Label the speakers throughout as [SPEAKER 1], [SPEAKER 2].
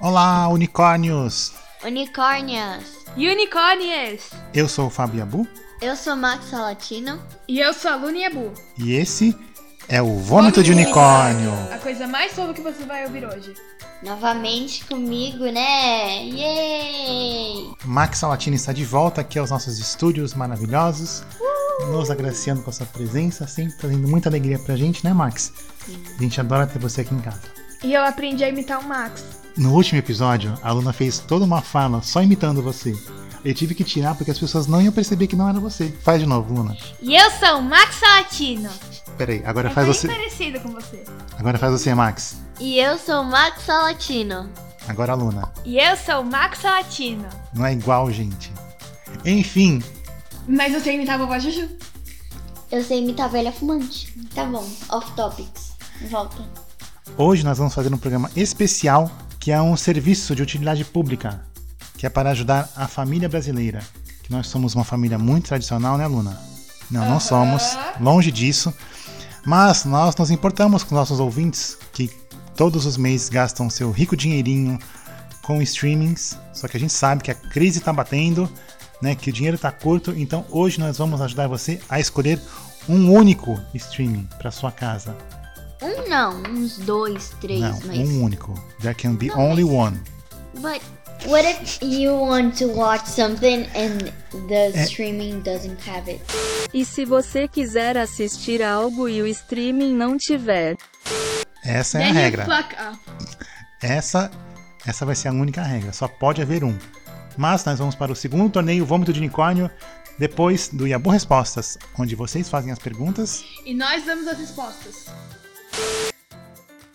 [SPEAKER 1] Olá, unicórnios!
[SPEAKER 2] Unicórnios.
[SPEAKER 3] Unicornies!
[SPEAKER 1] Eu sou o Fabiabu
[SPEAKER 2] Eu sou Max Salatino.
[SPEAKER 3] E eu sou a Luna e a Bu.
[SPEAKER 1] e esse é o Vômito de Unicórnio.
[SPEAKER 3] A coisa mais fofa que você vai ouvir hoje.
[SPEAKER 2] Novamente comigo, né? Yay!
[SPEAKER 1] Max Salatini está de volta aqui aos nossos estúdios maravilhosos, nos agraciando com a sua presença, sempre trazendo muita alegria pra gente, né, Max? A gente adora ter você aqui em casa.
[SPEAKER 3] E eu aprendi a imitar o Max.
[SPEAKER 1] No último episódio, a Luna fez toda uma fala só imitando você. Eu tive que tirar porque as pessoas não iam perceber que não era você. Faz de novo, Luna.
[SPEAKER 3] E eu sou o Max Salatino.
[SPEAKER 1] Peraí, agora
[SPEAKER 3] É
[SPEAKER 1] faz
[SPEAKER 3] bem
[SPEAKER 1] você.
[SPEAKER 3] parecido com você.
[SPEAKER 1] Agora faz você, Max.
[SPEAKER 2] E eu sou Max Salatino.
[SPEAKER 1] Agora a Luna.
[SPEAKER 3] E eu sou o Max Salatino.
[SPEAKER 1] Não é igual, gente. Enfim,
[SPEAKER 3] Mas você imitava a vovó Juju.
[SPEAKER 2] Eu sei imitar velha fumante. Tá bom, off topics. Volta.
[SPEAKER 1] hoje nós vamos fazer um programa especial que é um serviço de utilidade pública, que é para ajudar a família brasileira. Que nós somos uma família muito tradicional, né, Luna? Não, não
[SPEAKER 3] Aham.
[SPEAKER 1] somos, longe disso. Mas nós nos importamos com nossos ouvintes que todos os meses gastam seu rico dinheirinho com streamings. Só que a gente sabe que a crise está batendo, né? Que o dinheiro está curto. Então hoje nós vamos ajudar você a escolher um único streaming para sua casa.
[SPEAKER 2] Um não, uns dois, três,
[SPEAKER 1] Não,
[SPEAKER 2] mas.
[SPEAKER 1] um único. There can be
[SPEAKER 2] é Não, é
[SPEAKER 1] only
[SPEAKER 2] mas-
[SPEAKER 1] one.
[SPEAKER 2] But what if you want to watch something and the
[SPEAKER 1] É.
[SPEAKER 2] streaming doesn't have it?
[SPEAKER 4] E se você quiser assistir algo e o streaming não tiver,
[SPEAKER 1] Essa é a regra. Essa, essa vai ser a única regra. Só pode haver um. Mas nós vamos para o segundo torneio Vômito de Unicórnio, depois do Yabu Respostas, onde vocês fazem as perguntas.
[SPEAKER 3] E nós damos as respostas.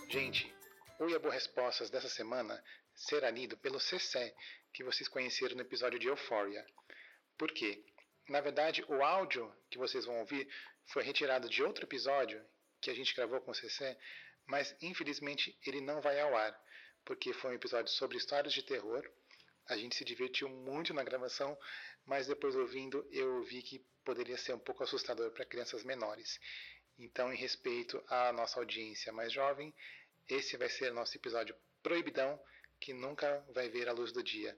[SPEAKER 1] Gente, o Yabu Respostas dessa semana será lido pelo CC, que vocês conheceram no episódio de Euphoria. Por quê? Na verdade, o áudio que vocês vão ouvir foi retirado de outro episódio que a gente gravou com o CC, mas infelizmente ele não vai ao ar, porque foi um episódio sobre histórias de terror. A gente se divertiu muito na gravação, mas depois ouvindo eu vi que poderia ser um pouco assustador para crianças menores. Então, em respeito à nossa audiência mais jovem, esse vai ser nosso episódio proibidão que nunca vai ver a luz do dia.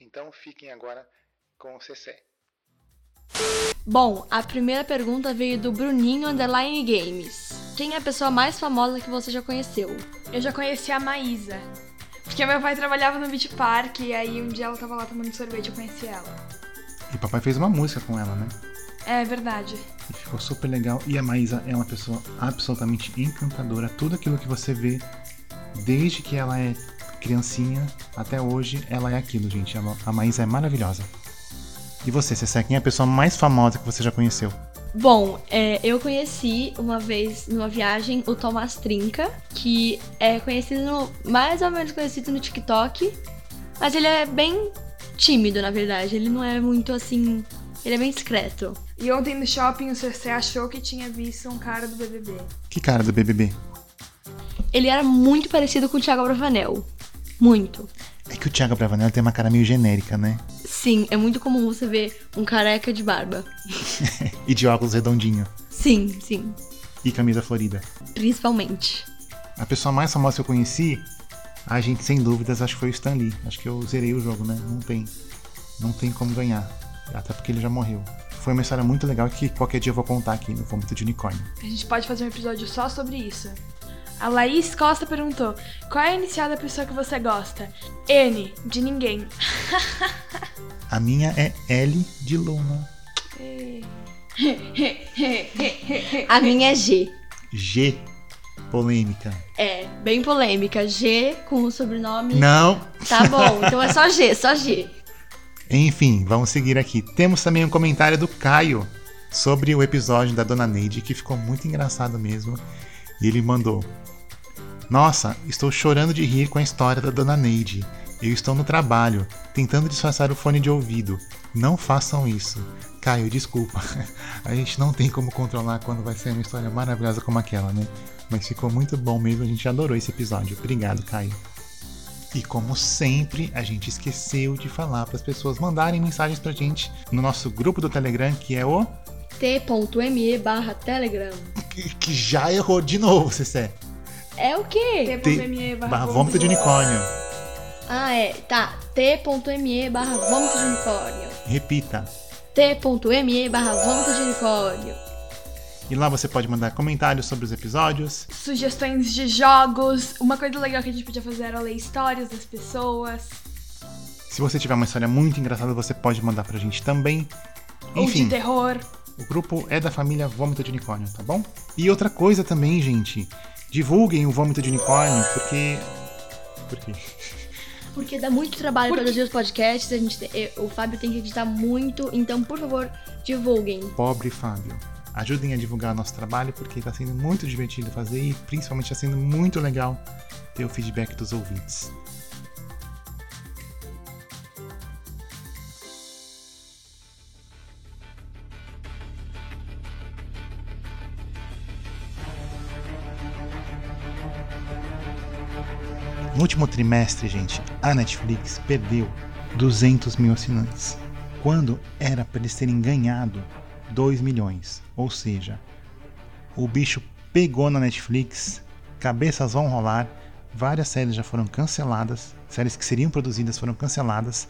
[SPEAKER 1] Então, fiquem agora com o CC.
[SPEAKER 5] Bom, a primeira pergunta veio do Bruninho Underline Games. Quem é a pessoa mais famosa que você já conheceu?
[SPEAKER 3] Eu já conheci a Maísa. Porque meu pai trabalhava no Beach Park e aí um dia ela tava lá tomando sorvete eu conheci ela.
[SPEAKER 1] E papai fez uma música com ela, né?
[SPEAKER 3] É verdade.
[SPEAKER 1] E ficou super legal. E a Maísa é uma pessoa absolutamente encantadora. Tudo aquilo que você vê, desde que ela é criancinha até hoje, ela é aquilo, gente. A Ma- A Maísa é maravilhosa. E você, Cessé, quem é a pessoa mais famosa que você já conheceu?
[SPEAKER 5] Bom, é, eu conheci uma vez numa viagem o Thomas Trinca, que é conhecido, no- mais ou menos conhecido no TikTok, mas ele é bem tímido, na verdade. Ele não é muito assim. Ele é bem discreto.
[SPEAKER 3] E ontem no shopping o CC achou que tinha visto um cara do BBB.
[SPEAKER 1] Que cara do BBB?
[SPEAKER 5] Ele era muito parecido com o Thiago Bravanel. Muito.
[SPEAKER 1] É que o Thiago Bravanel tem uma cara meio genérica, né?
[SPEAKER 5] Sim, é muito comum você ver um careca de barba.
[SPEAKER 1] E de óculos redondinho.
[SPEAKER 5] Sim, sim.
[SPEAKER 1] E camisa florida.
[SPEAKER 5] Principalmente.
[SPEAKER 1] A pessoa mais famosa que eu conheci, a gente sem dúvidas, acho que foi o Stan Lee. Acho que eu zerei o jogo, né? Não tem. Não tem como ganhar. Até porque ele já morreu. Foi uma história muito legal que qualquer dia eu vou contar aqui no Vômito de Unicórnio.
[SPEAKER 3] A gente pode fazer um episódio só sobre isso. A Laís Costa perguntou: Qual é a inicial da pessoa que você gosta? N, de ninguém.
[SPEAKER 1] A minha é L de Luna.
[SPEAKER 5] A minha é G.
[SPEAKER 1] G. Polêmica.
[SPEAKER 5] É, bem polêmica. G com o sobrenome.
[SPEAKER 1] Não!
[SPEAKER 5] Tá bom, então é só G, só G.
[SPEAKER 1] Enfim, vamos seguir aqui. Temos também um comentário do Caio sobre o episódio da Dona Neide, que ficou muito engraçado mesmo. E ele mandou: Nossa, estou chorando de rir com a história da Dona Neide. Eu estou no trabalho, tentando disfarçar o fone de ouvido. Não façam isso. Caio, desculpa. A gente não tem como controlar quando vai ser uma história maravilhosa como aquela, né? Mas ficou muito bom mesmo, a gente adorou esse episódio. Obrigado, Caio. E como sempre, a gente esqueceu de falar para as pessoas mandarem mensagens pra gente no nosso grupo do Telegram, que é o.
[SPEAKER 5] T.me barra Telegram.
[SPEAKER 1] que- Que já errou de novo, Cessé.
[SPEAKER 5] É o quê?
[SPEAKER 3] T.me barra
[SPEAKER 1] Barra vômito de unicórnio.
[SPEAKER 5] Ah, é. Tá. T.me barra vômito de unicórnio.
[SPEAKER 1] Repita.
[SPEAKER 5] T.me barra vômito de unicórnio.
[SPEAKER 1] E lá você pode mandar comentários sobre os episódios.
[SPEAKER 3] Sugestões de jogos. Uma coisa legal que a gente podia fazer era ler histórias das pessoas.
[SPEAKER 1] Se você tiver uma história muito engraçada, você pode mandar pra gente também.
[SPEAKER 3] Ou de
[SPEAKER 1] Enfim,
[SPEAKER 3] terror.
[SPEAKER 1] o grupo é da família Vômito de Unicórnio, tá bom? E outra coisa também, gente. Divulguem o Vômito de Unicórnio, porque. Por quê?
[SPEAKER 5] Porque dá muito trabalho
[SPEAKER 3] Por quê?
[SPEAKER 5] produzir os podcasts. A gente, te- eu- o Fábio tem que editar muito. Então, por favor, divulguem.
[SPEAKER 1] Pobre Fábio. Ajudem a divulgar nosso trabalho, porque tá sendo muito divertido fazer e principalmente tá sendo muito legal ter o feedback dos ouvintes. No último trimestre, gente, a Netflix perdeu 200 mil assinantes, quando era para eles terem ganhado 2 milhões. Ou seja, o bicho pegou na Netflix, cabeças vão rolar, várias séries já foram canceladas, séries que seriam produzidas foram canceladas.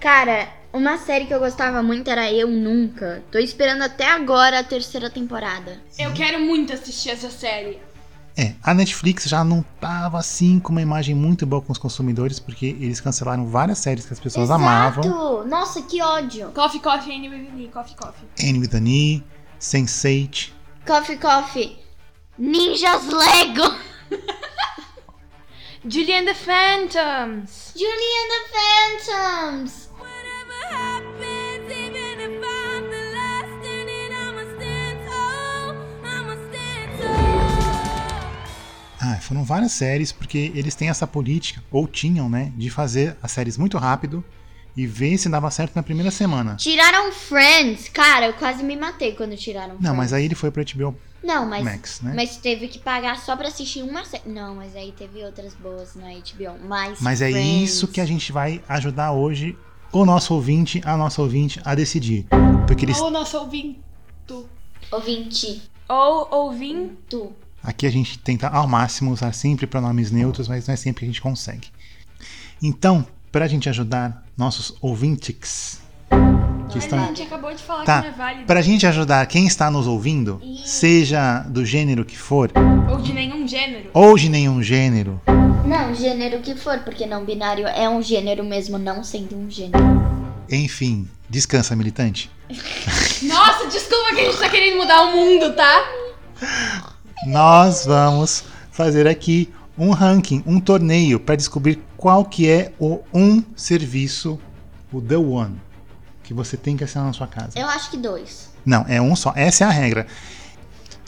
[SPEAKER 2] Cara, uma série que eu gostava muito era Eu Nunca. Tô esperando até agora a terceira temporada.
[SPEAKER 3] Eu quero muito assistir essa série.
[SPEAKER 1] É, a Netflix já não tava assim com uma imagem muito boa com os consumidores, porque eles cancelaram várias séries que as pessoas amavam.
[SPEAKER 2] Exato! Nossa, que ódio!
[SPEAKER 3] Coffee, coffee, anime, coffee, coffee.
[SPEAKER 1] Anne with an E, Sense8,
[SPEAKER 2] Coffee, coffee. Ninjas Lego!
[SPEAKER 3] Julie and the Phantoms.
[SPEAKER 2] Julian the Phantoms!
[SPEAKER 1] Ah, foram várias séries, porque eles têm essa política, ou tinham, né, de fazer as séries muito rápido e ver se dava certo na primeira semana.
[SPEAKER 2] Tiraram Friends! Cara, eu quase me matei quando tiraram
[SPEAKER 1] Não, mas
[SPEAKER 2] Friends.
[SPEAKER 1] aí ele foi pra HBO
[SPEAKER 2] Não, mas.
[SPEAKER 1] Max, né?
[SPEAKER 2] Mas teve que pagar só pra assistir uma série. Não, mas aí teve outras boas na HBO. Mas,
[SPEAKER 1] Mas é
[SPEAKER 2] Friends.
[SPEAKER 1] isso que a gente vai ajudar hoje o nosso ouvinte, a nossa ouvinte, a decidir. Porque eles,
[SPEAKER 3] Ou nosso ouvinto.
[SPEAKER 2] Ouvinte,
[SPEAKER 3] Ou ouvinte.
[SPEAKER 2] tu.
[SPEAKER 1] aqui a gente tenta ao máximo usar sempre pronomes neutros, mas não é sempre que a gente consegue. Então, pra gente ajudar nossos ouvintes que
[SPEAKER 3] A
[SPEAKER 1] estão
[SPEAKER 3] gente acabou de falar
[SPEAKER 1] Tá.
[SPEAKER 3] que não é válido.
[SPEAKER 1] Pra gente ajudar quem está nos ouvindo, seja do gênero que for,
[SPEAKER 3] Ou de nenhum gênero.
[SPEAKER 1] ou de nenhum gênero,
[SPEAKER 2] Não, gênero que for, porque não binário é um gênero mesmo, não sendo um gênero.
[SPEAKER 1] enfim, descansa militante. Oh.
[SPEAKER 3] Nossa, desculpa que a gente tá querendo mudar o mundo, tá?
[SPEAKER 1] Nós vamos fazer aqui um ranking, um torneio para descobrir qual que é o um serviço, o the one, que você tem que assinar na sua casa.
[SPEAKER 2] Eu acho que dois.
[SPEAKER 1] Não, é um só. Essa é a regra.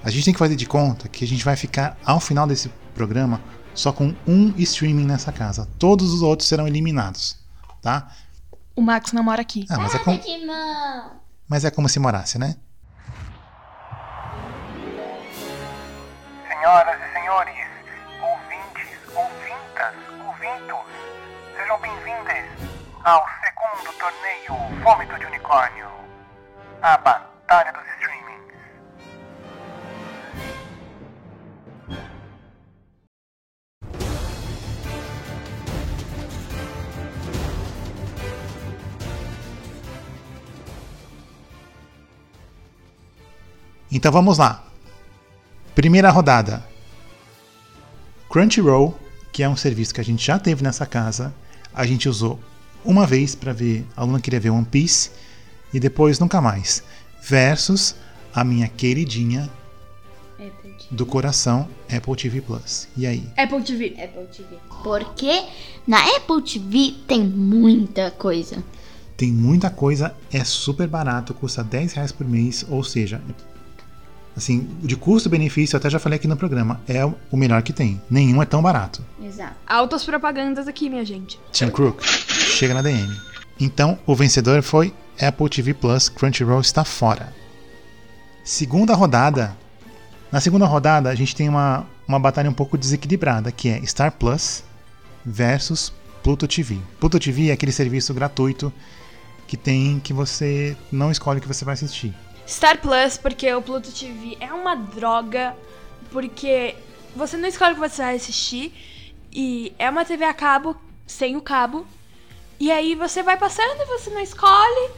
[SPEAKER 1] A gente tem que fazer de conta que a gente vai ficar ao final desse programa só com um streaming nessa casa. Todos os outros serão eliminados, tá?
[SPEAKER 3] O Max não mora aqui.
[SPEAKER 1] Ah, mas é,
[SPEAKER 2] Nada
[SPEAKER 1] com-
[SPEAKER 2] de mão.
[SPEAKER 1] mas é como se morasse, né?
[SPEAKER 6] Senhoras e senhores, ouvintes, ouvintas, ouvintos, sejam bem-vindos ao segundo torneio Vômito de Unicórnio, a Batalha dos Streamings.
[SPEAKER 1] Então vamos lá. Primeira rodada. Crunchyroll, que é um serviço que a gente já teve nessa casa, a gente usou uma vez para ver, a aluna queria ver One Piece e depois nunca mais. Versus a minha queridinha
[SPEAKER 3] É,
[SPEAKER 2] Apple TV.
[SPEAKER 1] do coração, Apple TV Plus. E aí?
[SPEAKER 3] Apple TV.
[SPEAKER 5] É
[SPEAKER 2] Apple TV. Porque na Apple TV tem muita coisa.
[SPEAKER 1] Tem muita coisa, é super barato, custa 10 reais por mês, ou seja, assim, de custo-benefício, eu até já falei aqui no programa, é o melhor que tem. Nenhum é tão barato.
[SPEAKER 2] Exato.
[SPEAKER 3] Altas propagandas aqui, minha gente.
[SPEAKER 1] Tim Crook, chega na DM. Então, o vencedor foi Apple TV Plus, Crunchyroll está fora. Segunda rodada. Na segunda rodada, a gente tem uma, uma batalha um pouco desequilibrada, que é Star Plus versus Pluto TV. Pluto TV é aquele serviço gratuito que tem que você não escolhe o que você vai assistir.
[SPEAKER 3] Star Plus, porque o Pluto TV é uma droga, porque você não escolhe o que você vai assistir e é uma TV a cabo sem o cabo. E aí você vai passando, você não escolhe.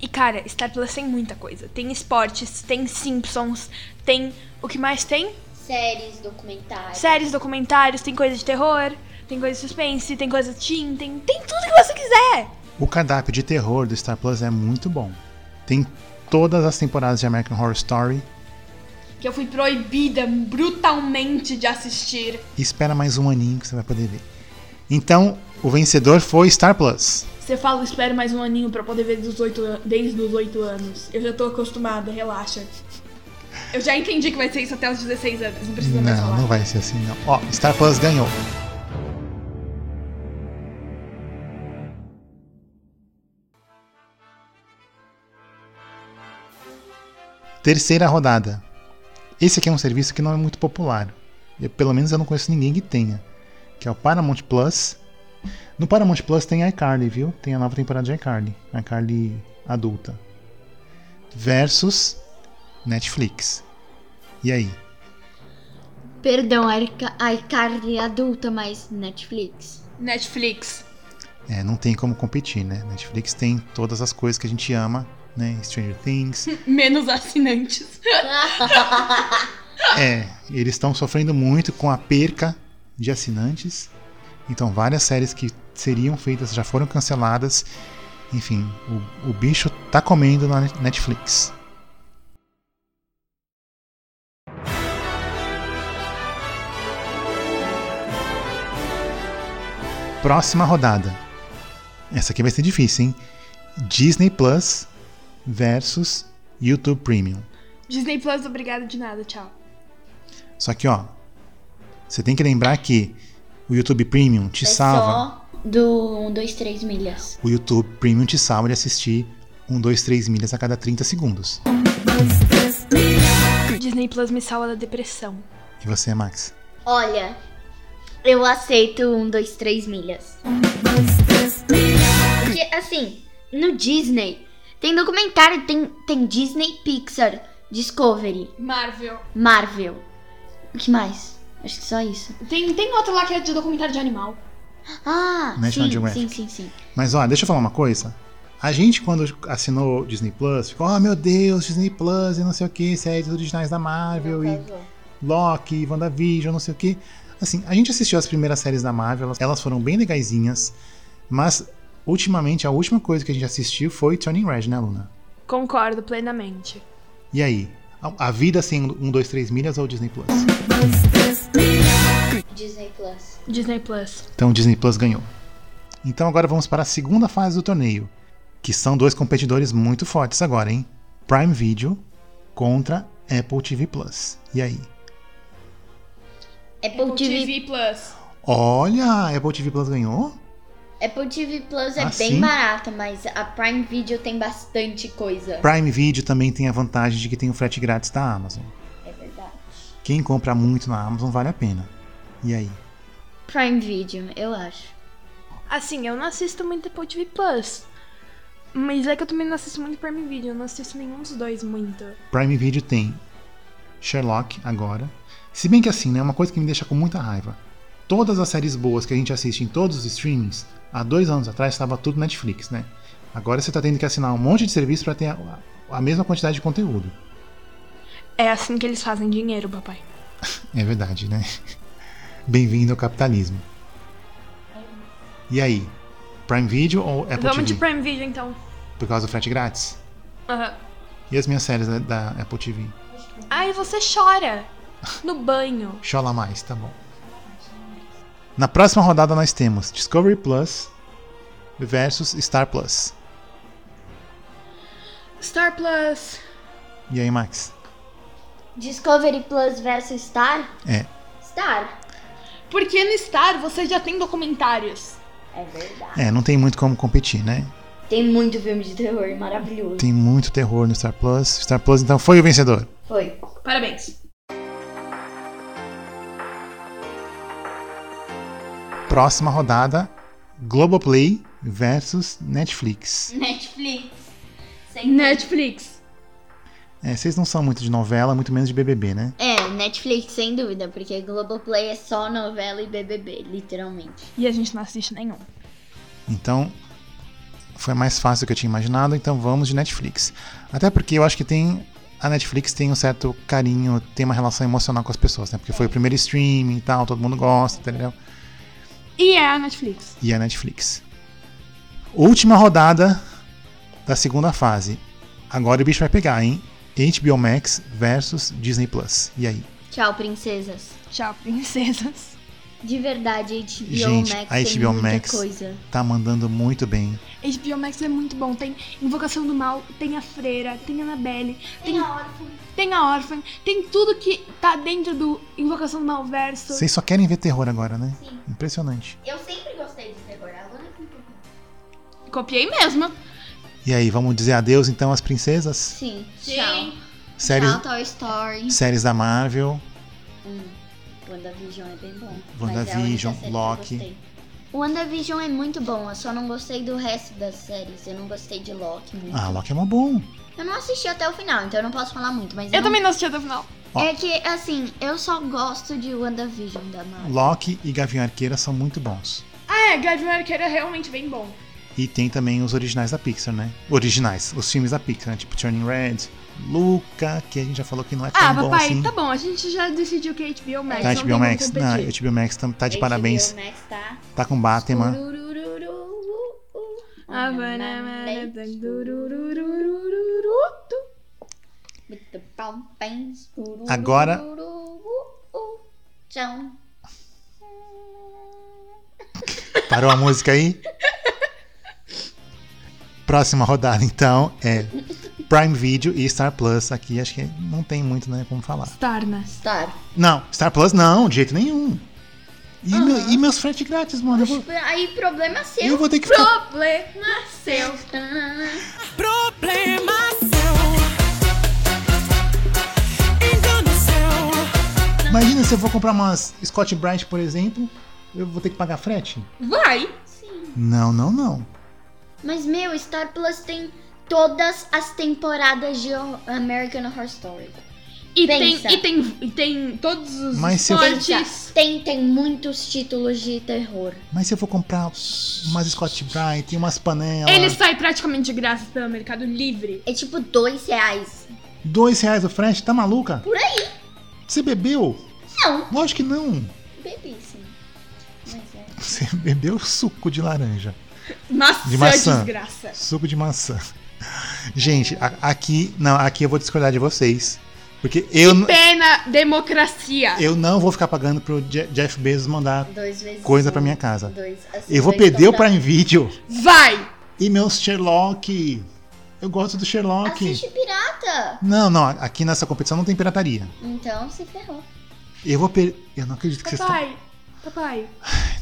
[SPEAKER 3] E cara, Star Plus tem muita coisa. Tem esportes, tem Simpsons, tem o que mais tem?
[SPEAKER 2] Séries, documentários.
[SPEAKER 3] Séries, documentários, tem coisa de terror, tem coisa de suspense, tem coisa de teen, tem, tem tudo que você quiser.
[SPEAKER 1] O cardápio de terror do Star Plus é muito bom. Tem todas as temporadas de American Horror Story.
[SPEAKER 3] Que eu fui proibida brutalmente de assistir.
[SPEAKER 1] E espera mais um aninho que você vai poder ver. Então, o vencedor foi Star Plus.
[SPEAKER 3] Você fala, espero mais um aninho pra eu poder ver dos oito an- desde os 8 anos. Eu já tô acostumada, relaxa. Eu já entendi que vai ser isso até os 16 anos, não precisa mais
[SPEAKER 1] Não,
[SPEAKER 3] falar.
[SPEAKER 1] não vai ser assim não. Ó, Star Plus ganhou. Terceira rodada. Esse aqui é um serviço que não é muito popular. Eu, pelo menos eu não conheço ninguém que tenha. Que é o Paramount Plus. No Paramount Plus tem iCarly, viu? Tem a nova temporada de iCarly. iCarly adulta. Versus Netflix. E aí?
[SPEAKER 2] Perdão, a Ica- a iCarly adulta, mas Netflix.
[SPEAKER 3] Netflix.
[SPEAKER 1] É, não tem como competir, né? Netflix tem todas as coisas que a gente ama, né? Stranger Things.
[SPEAKER 3] Menos assinantes.
[SPEAKER 1] é, eles estão sofrendo muito com a perca de assinantes. Então, várias séries que seriam feitas já foram canceladas. Enfim, o, o bicho tá comendo na Netflix. Próxima rodada. Essa aqui vai ser difícil, hein? Disney Plus versus YouTube Premium.
[SPEAKER 3] Disney Plus, obrigada de nada, tchau.
[SPEAKER 1] Só que, ó, você tem que lembrar que o YouTube Premium te
[SPEAKER 2] É
[SPEAKER 1] salva.
[SPEAKER 2] só do 1, 2, 3 milhas.
[SPEAKER 1] O YouTube Premium te salva de assistir 1, 2, 3 milhas a cada 30 segundos.
[SPEAKER 3] Disney Plus me salva da depressão.
[SPEAKER 1] E você, Max?
[SPEAKER 2] Olha, eu aceito 1, 2, 3 milhas. Porque, assim, no Disney, tem documentário, tem, tem Disney, Pixar, Discovery,
[SPEAKER 3] Marvel.
[SPEAKER 2] Marvel. O que mais? Acho que só isso.
[SPEAKER 3] Tem, tem outro lá que é de documentário de animal.
[SPEAKER 2] Ah,
[SPEAKER 1] National
[SPEAKER 2] sim,
[SPEAKER 1] Geographic.
[SPEAKER 2] sim, sim, sim.
[SPEAKER 1] Mas, ó, deixa eu falar uma coisa. A gente, quando assinou Disney Plus, ficou, oh meu Deus, Disney Plus e não sei o que, séries originais da Marvel e Loki, WandaVision, não sei o que. Assim, a gente assistiu as primeiras séries da Marvel, elas- elas foram bem legaisinhas, mas ultimamente a última coisa que a gente assistiu foi Turning Red, né, Luna?
[SPEAKER 3] Concordo plenamente.
[SPEAKER 1] E aí? A, a vida sem um, dois, três milhas ou Disney Plus?
[SPEAKER 2] Disney Plus.
[SPEAKER 3] Disney Plus.
[SPEAKER 1] Então o Disney Plus ganhou. Então agora vamos para a segunda fase do torneio, que são dois competidores muito fortes agora, hein? Prime Video contra Apple TV Plus. E aí?
[SPEAKER 2] Apple, TV,
[SPEAKER 3] Plus.
[SPEAKER 1] Olha, a Apple TV Plus ganhou?
[SPEAKER 2] Apple TV Plus é
[SPEAKER 1] Ah,
[SPEAKER 2] bem
[SPEAKER 1] sim?
[SPEAKER 2] barata, mas a Prime Video tem bastante coisa.
[SPEAKER 1] Prime Video também tem a vantagem de que tem o frete grátis da Amazon.
[SPEAKER 2] É verdade.
[SPEAKER 1] Quem compra muito na Amazon vale a pena. E aí?
[SPEAKER 2] Prime Video, eu acho.
[SPEAKER 3] Assim, eu não assisto muito Apple TV Plus. Mas é que eu também não assisto muito Prime Video. Eu não assisto nenhum dos dois muito.
[SPEAKER 1] Prime Video tem Sherlock agora. Se bem que assim, né? Uma coisa que me deixa com muita raiva. Todas as séries boas que a gente assiste em todos os streamings, há dois anos atrás estava tudo Netflix, né? Agora você tá tendo que assinar um monte de serviço para ter a, a mesma quantidade de conteúdo.
[SPEAKER 3] É assim que eles fazem dinheiro, papai.
[SPEAKER 1] É verdade, né? Bem-vindo ao capitalismo. E aí? Prime Video ou Apple
[SPEAKER 3] Vamos
[SPEAKER 1] TV?
[SPEAKER 3] de Prime Video então.
[SPEAKER 1] Por causa do frete grátis?
[SPEAKER 3] Aham.
[SPEAKER 1] E as minhas séries da, da Apple TV?
[SPEAKER 3] Ai, você chora. No banho.
[SPEAKER 1] Chola mais, tá bom. Na próxima rodada nós temos Discovery Plus versus Star Plus.
[SPEAKER 3] Star Plus.
[SPEAKER 1] E aí, Max?
[SPEAKER 2] Discovery Plus versus Star?
[SPEAKER 1] É.
[SPEAKER 2] Star.
[SPEAKER 3] Porque no Star você já tem documentários.
[SPEAKER 2] É verdade.
[SPEAKER 1] É, não tem muito como competir, né?
[SPEAKER 2] Tem muito filme de terror maravilhoso.
[SPEAKER 1] Tem muito terror no Star Plus. Star Plus então foi o vencedor.
[SPEAKER 2] Foi.
[SPEAKER 3] Parabéns.
[SPEAKER 1] Próxima rodada: Globoplay versus Netflix.
[SPEAKER 2] Netflix.
[SPEAKER 3] Netflix.
[SPEAKER 1] É, vocês não são muito de novela, muito menos de BBB, né?
[SPEAKER 2] É, Netflix, sem dúvida, porque Globoplay é só novela e BBB, literalmente.
[SPEAKER 3] E a gente não assiste nenhum.
[SPEAKER 1] Então, foi mais fácil do que eu tinha imaginado, então vamos de Netflix. Até porque eu acho que tem. A Netflix tem um certo carinho, tem uma relação emocional com as pessoas, né? Porque foi o primeiro streaming e tal, todo mundo gosta, entendeu?
[SPEAKER 3] E é a Netflix.
[SPEAKER 1] E a Netflix. Última rodada da segunda fase. Agora o bicho vai pegar, hein? HBO Max versus Disney Plus. E aí?
[SPEAKER 2] Tchau, princesas.
[SPEAKER 3] Tchau, princesas.
[SPEAKER 2] De verdade, HBO
[SPEAKER 1] Gente,
[SPEAKER 2] Max
[SPEAKER 1] a
[SPEAKER 2] tem
[SPEAKER 1] HBO
[SPEAKER 2] muita
[SPEAKER 1] Max
[SPEAKER 2] coisa.
[SPEAKER 1] Tá mandando muito bem.
[SPEAKER 3] HBO Max é muito bom. Tem Invocação do Mal, tem a Freira, tem a Annabelle, tem, tem a Orphan. Tem tudo que tá dentro do Invocação do Mal verso.
[SPEAKER 1] Vocês só querem ver terror agora, né?
[SPEAKER 2] Sim.
[SPEAKER 1] Impressionante.
[SPEAKER 2] Eu sempre gostei de terror, a Luna
[SPEAKER 3] Copiei mesmo.
[SPEAKER 1] E aí, vamos dizer adeus então às princesas?
[SPEAKER 2] Sim, tchau.
[SPEAKER 1] Séries,
[SPEAKER 2] Tchau, Toy Story.
[SPEAKER 1] séries da Marvel.
[SPEAKER 2] WandaVision é bem bom.
[SPEAKER 1] WandaVision,
[SPEAKER 2] mas é a única série que eu
[SPEAKER 1] Loki.
[SPEAKER 2] gostei. WandaVision é muito bom, eu só não gostei do resto das séries. Eu não gostei de Loki muito.
[SPEAKER 1] Ah, Loki é mó bom.
[SPEAKER 2] Eu não assisti até o final, então eu não posso falar muito, mas
[SPEAKER 3] Eu
[SPEAKER 2] não-
[SPEAKER 3] também não assisti até o final.
[SPEAKER 1] Ó.
[SPEAKER 2] É que, assim, eu só gosto de WandaVision da Marvel.
[SPEAKER 1] Loki e Gavião Arqueira são muito bons.
[SPEAKER 3] Ah, é, Gavião Arqueiro é realmente bem bom.
[SPEAKER 1] E tem também os originais da Pixar, né? Originais, os filmes da Pixar, né? Tipo Turning Red, Luca, que a gente já falou que não é tão
[SPEAKER 3] Ah,
[SPEAKER 1] bom
[SPEAKER 3] papai,
[SPEAKER 1] assim.
[SPEAKER 3] tá bom. A gente já decidiu que é HBO Max.
[SPEAKER 1] Tá
[SPEAKER 3] não
[SPEAKER 1] HBO Max,
[SPEAKER 3] tem como
[SPEAKER 1] não,
[SPEAKER 3] competir.
[SPEAKER 1] HBO Max tam- tá de parabéns.
[SPEAKER 2] HBO Max tá...
[SPEAKER 1] Tá com Batman.
[SPEAKER 3] Então, Havana, mana, dururururururu.
[SPEAKER 1] Agora-
[SPEAKER 2] Tchau.
[SPEAKER 1] Parou a música aí? Próxima rodada, então, é Prime Video e Star Plus. Aqui acho que não tem muito, né, como falar.
[SPEAKER 3] Starnas.
[SPEAKER 2] Tá.
[SPEAKER 1] Não, Star Plus não, de jeito nenhum. E, meu- e meus fretes grátis, mano. Eu vou,
[SPEAKER 2] Aí, problema
[SPEAKER 1] eu
[SPEAKER 2] seu.
[SPEAKER 1] vou ter que ficar
[SPEAKER 2] Problema seu.
[SPEAKER 7] Problema seu. Engano seu.
[SPEAKER 1] Imagina se eu for comprar umas Scott Bright, por exemplo, eu vou ter que pagar frete?
[SPEAKER 3] Vai!
[SPEAKER 1] Não, não, não.
[SPEAKER 2] Mas, meu, Star Plus tem todas as temporadas de American Horror Story.
[SPEAKER 3] E
[SPEAKER 2] Pensa.
[SPEAKER 3] tem, e, tem, e tem todos os
[SPEAKER 1] Mas se eu-
[SPEAKER 3] esportes.
[SPEAKER 2] Tem, tem muitos títulos de terror.
[SPEAKER 1] Mas se eu for comprar umas Scott Bright e umas panelas.
[SPEAKER 3] Ele sai praticamente de graça pelo Mercado Livre.
[SPEAKER 2] É tipo dois reais.
[SPEAKER 1] Dois reais o frete, tá maluca? Por aí. Você bebeu?
[SPEAKER 2] Não.
[SPEAKER 1] Lógico que não.
[SPEAKER 2] Bebi, sim. Mas é.
[SPEAKER 1] Você bebeu suco de laranja.
[SPEAKER 3] Nossa,
[SPEAKER 1] De maçã.
[SPEAKER 3] desgraça.
[SPEAKER 1] Suco de maçã. Gente, a- aqui. Não, aqui eu vou discordar de vocês. Porque eu, n-
[SPEAKER 3] Pena democracia.
[SPEAKER 1] eu não vou ficar pagando pro Je- Jeff Bezos mandar
[SPEAKER 2] Dois vezes.
[SPEAKER 1] coisa
[SPEAKER 2] um,
[SPEAKER 1] pra minha casa.
[SPEAKER 2] Dois, assim,
[SPEAKER 1] Eu vou
[SPEAKER 2] dois
[SPEAKER 1] perder o
[SPEAKER 2] total.
[SPEAKER 1] Prime Video
[SPEAKER 3] Vai!
[SPEAKER 1] e meus Sherlock. Eu gosto do Sherlock.
[SPEAKER 2] Assiste pirata.
[SPEAKER 1] Não, não, aqui nessa competição não tem pirataria.
[SPEAKER 2] Então se ferrou.
[SPEAKER 1] Eu vou perder. Eu não acredito que vocês estão.
[SPEAKER 3] Papai, papai,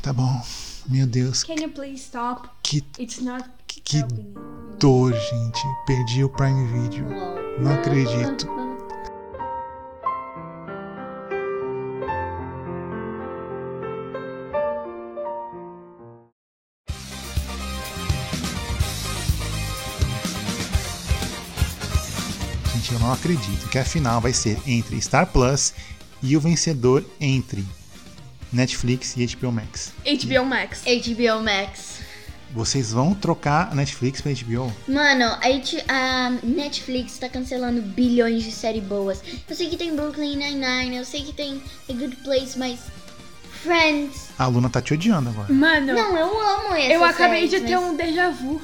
[SPEAKER 1] Tá bom. Meu Deus,
[SPEAKER 3] can you please stop?
[SPEAKER 1] que,
[SPEAKER 3] It's not
[SPEAKER 1] que
[SPEAKER 3] helping.
[SPEAKER 1] dor, gente. Perdi o Prime Video. Não acredito. Gente, eu não acredito que a final vai ser entre Star Plus e o vencedor entre Netflix e HBO Max.
[SPEAKER 3] HBO Max.
[SPEAKER 2] HBO Max.
[SPEAKER 1] Vocês vão trocar a Netflix pra HBO?
[SPEAKER 2] Mano, a, H- a Netflix tá cancelando bilhões de séries boas. Eu sei que tem Brooklyn Nine-Nine, eu sei que tem A Good Place, mas. Friends.
[SPEAKER 1] A Luna tá te odiando agora.
[SPEAKER 3] Mano,
[SPEAKER 2] Não, eu amo essa
[SPEAKER 3] eu acabei
[SPEAKER 2] série,
[SPEAKER 3] de ter um déjà vu.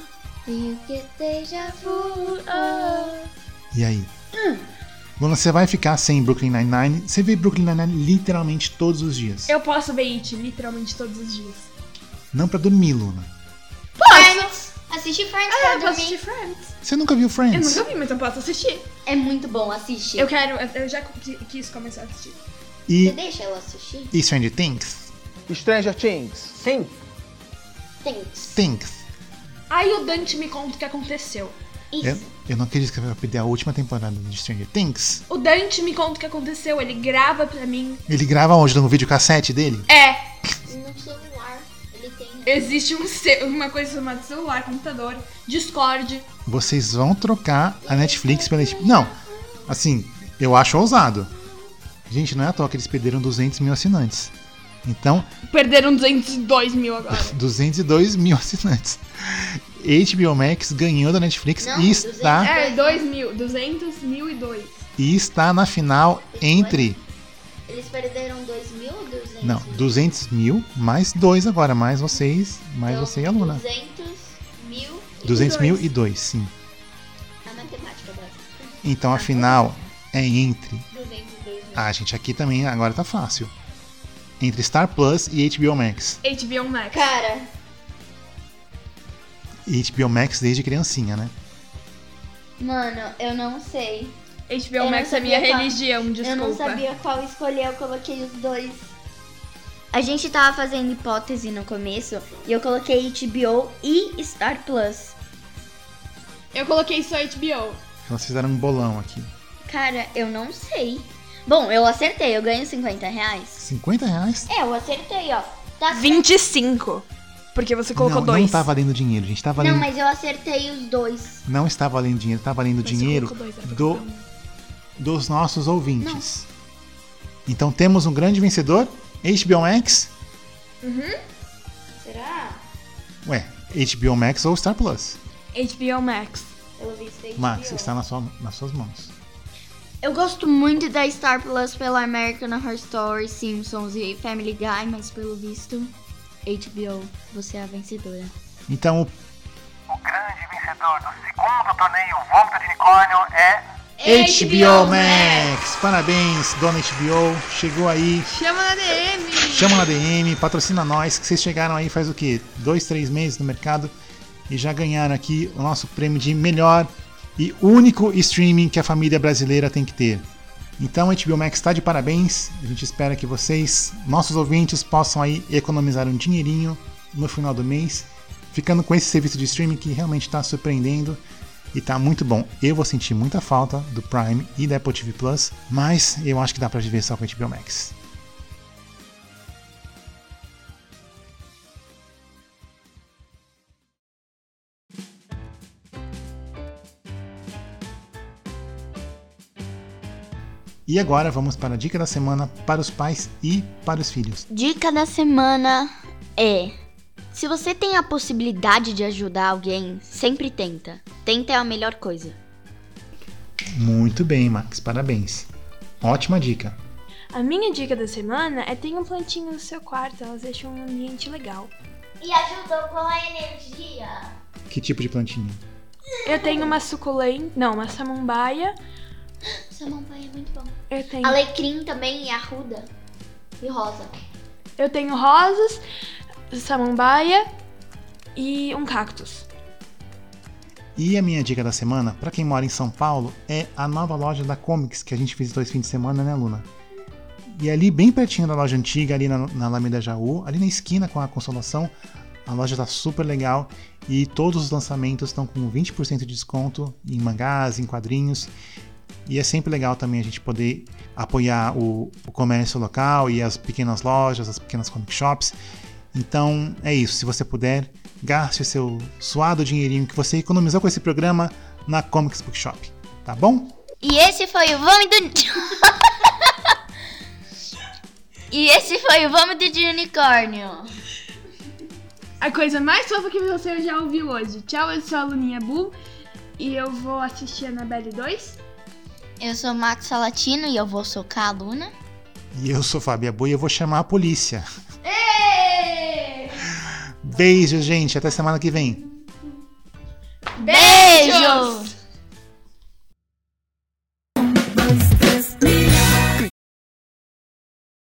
[SPEAKER 2] You get deja vu,
[SPEAKER 3] Ah.
[SPEAKER 2] oh.
[SPEAKER 1] E aí? Luna, você vai ficar sem Brooklyn Nine-Nine? Você vê Brooklyn Nine-Nine literalmente todos os dias.
[SPEAKER 3] Eu posso ver It literalmente todos os dias.
[SPEAKER 1] Não pra dormir, Luna.
[SPEAKER 2] Friends. Assiste Friends
[SPEAKER 3] Ah,
[SPEAKER 2] É, pra
[SPEAKER 3] eu posso
[SPEAKER 2] dormir.
[SPEAKER 3] assistir Friends.
[SPEAKER 1] Você nunca viu
[SPEAKER 3] Eu
[SPEAKER 1] Friends?
[SPEAKER 3] nunca vi, mas eu posso assistir.
[SPEAKER 2] É muito bom assistir.
[SPEAKER 3] Eu quero, eu eu já qui- quis começar a assistir.
[SPEAKER 2] Você
[SPEAKER 1] E,
[SPEAKER 2] deixa ela assistir?
[SPEAKER 1] e Stranger Things?
[SPEAKER 8] Stranger Things. Sim.
[SPEAKER 2] Thanks.
[SPEAKER 1] Things.
[SPEAKER 3] Aí o Dante me conta o que aconteceu.
[SPEAKER 1] Eu,
[SPEAKER 2] Isso.
[SPEAKER 1] eu não acredito que vai perder a última temporada de Stranger Things.
[SPEAKER 3] O Dante me conta o que aconteceu, ele grava pra mim.
[SPEAKER 1] Ele grava onde? No videocassete dele?
[SPEAKER 3] É,
[SPEAKER 2] No celular, ele tem.
[SPEAKER 3] existe um ce- uma coisa chamada celular, computador, Discord.
[SPEAKER 1] Vocês vão trocar a Netflix pela HBO. Não, assim, eu acho ousado. Gente, não é à toa que eles perderam 200 mil assinantes. Então,
[SPEAKER 3] Perderam 202 mil agora.
[SPEAKER 1] 202 mil assinantes. HBO Max ganhou da Netflix
[SPEAKER 2] Não,
[SPEAKER 1] e,
[SPEAKER 2] Ah.
[SPEAKER 1] está,
[SPEAKER 3] É, 2 mil. 200 mil e dois.
[SPEAKER 1] e está na final entre.
[SPEAKER 2] Eles perderam 2 mil ou 200?
[SPEAKER 1] Não, 200 mil mais dois agora, mais vocês, mais
[SPEAKER 2] Então,
[SPEAKER 1] você e a Luna.
[SPEAKER 2] 200 mil. e
[SPEAKER 1] 200 mil
[SPEAKER 2] dois.
[SPEAKER 1] e dois, sim.
[SPEAKER 2] A matemática básica.
[SPEAKER 1] Então a final é entre.
[SPEAKER 2] 202 mil.
[SPEAKER 1] Ah, gente, aqui também agora tá fácil. Entre Star Plus e HBO Max.
[SPEAKER 3] HBO Max.
[SPEAKER 2] Cara,
[SPEAKER 1] E HBO Max desde criancinha, né?
[SPEAKER 2] mano, eu não sei.
[SPEAKER 3] HBO
[SPEAKER 2] Eu não
[SPEAKER 3] Max é
[SPEAKER 2] sabia
[SPEAKER 3] minha
[SPEAKER 2] qual-
[SPEAKER 3] religião,
[SPEAKER 2] Eu não
[SPEAKER 3] desculpa.
[SPEAKER 2] sabia qual escolher, eu coloquei os dois. A gente tava fazendo hipótese no começo e eu coloquei HBO e Star Plus.
[SPEAKER 3] Eu coloquei só HBO.
[SPEAKER 1] Elas fizeram um bolão aqui.
[SPEAKER 2] Cara, eu não sei. Bom, eu acertei, eu ganho 50 reais.
[SPEAKER 1] 50 reais?
[SPEAKER 2] É, eu acertei, ó. Tá certo.
[SPEAKER 3] 25. Porque você colocou
[SPEAKER 1] não,
[SPEAKER 3] dois.
[SPEAKER 1] não tá valendo dinheiro, gente. Tá valendo...
[SPEAKER 2] Não, mas eu acertei os dois.
[SPEAKER 1] não está valendo dinheiro, tá valendo
[SPEAKER 3] Mas
[SPEAKER 1] dinheiro
[SPEAKER 3] colocou dois, era pra
[SPEAKER 1] do,
[SPEAKER 3] colocar um.
[SPEAKER 1] dos nossos ouvintes. Então temos um grande vencedor, HBO Max.
[SPEAKER 2] Será?
[SPEAKER 1] Ué, HBO Max ou Star Plus.
[SPEAKER 3] HBO Max.
[SPEAKER 2] Pelo visto, HBO.
[SPEAKER 1] Max, está na sua- nas suas mãos.
[SPEAKER 2] Eu gosto muito da Star Plus pela American Horror Story, Simpsons e Family Guy, mas pelo visto, HBO, você é a vencedora.
[SPEAKER 1] Então, o
[SPEAKER 9] O grande vencedor do segundo torneio Vômito de Unicórnio é
[SPEAKER 1] HBO Max! Parabéns, dona HBO. Chegou aí.
[SPEAKER 3] Chama na DM.
[SPEAKER 1] Chama na DM, patrocina nós, que vocês chegaram aí faz o quê? Dois, três meses no mercado e já ganharam aqui o nosso prêmio de melhor e único streaming que a família brasileira tem que ter. Então, HBO Max está de parabéns. A gente espera que vocês, nossos ouvintes, possam aí economizar um dinheirinho no final do mês, ficando com esse serviço de streaming que realmente está surpreendendo e tá muito bom. Eu vou sentir muita falta do Prime e da Apple TV Plus, mas eu acho que dá para viver só com HBO Max. E agora vamos para a dica da semana para os pais e para os filhos.
[SPEAKER 2] Dica da semana é: se você tem a possibilidade de ajudar alguém, sempre tenta. Tenta é a melhor coisa.
[SPEAKER 1] Muito bem, Max, parabéns. Ótima dica.
[SPEAKER 3] A minha dica da semana é tenha um plantinho no seu quarto, elas deixam um ambiente legal.
[SPEAKER 2] E ajudou com a energia.
[SPEAKER 1] Que tipo de plantinha?
[SPEAKER 3] Eu tenho uma suculenta, não, uma samambaia.
[SPEAKER 2] Samambaia é muito bom.
[SPEAKER 3] Eu tenho,
[SPEAKER 2] Alecrim também e arruda. E rosa.
[SPEAKER 3] eu tenho rosas, samambaia e um cactus.
[SPEAKER 1] E a minha dica da semana, para quem mora em São Paulo, é a nova loja da Comics que a gente visitou esse fim de semana, né, Luna? E ali, bem pertinho da loja antiga, ali na, na Alameda Jaú, ali na esquina com a Consolação, a loja tá super legal e todos os lançamentos estão com 20% de desconto em mangás, em quadrinhos. E é sempre legal também a gente poder apoiar o, o comércio local e as pequenas lojas, as pequenas comic shops. Então é isso, se você puder, gaste o seu suado dinheirinho que você economizou com esse programa na Comics Bookshop, tá bom?
[SPEAKER 2] E esse foi o vômito de... E esse foi o vômito de unicórnio.
[SPEAKER 3] A coisa mais fofa que você já ouviu hoje. Tchau, eu sou a Luninha Bull e eu vou assistir Annabelle 2.
[SPEAKER 2] Eu sou Max Salatino e eu vou socar a Luna.
[SPEAKER 1] E eu sou Fábio Boi e eu vou chamar a polícia. Beijo, gente, até semana que vem.
[SPEAKER 2] Beijos!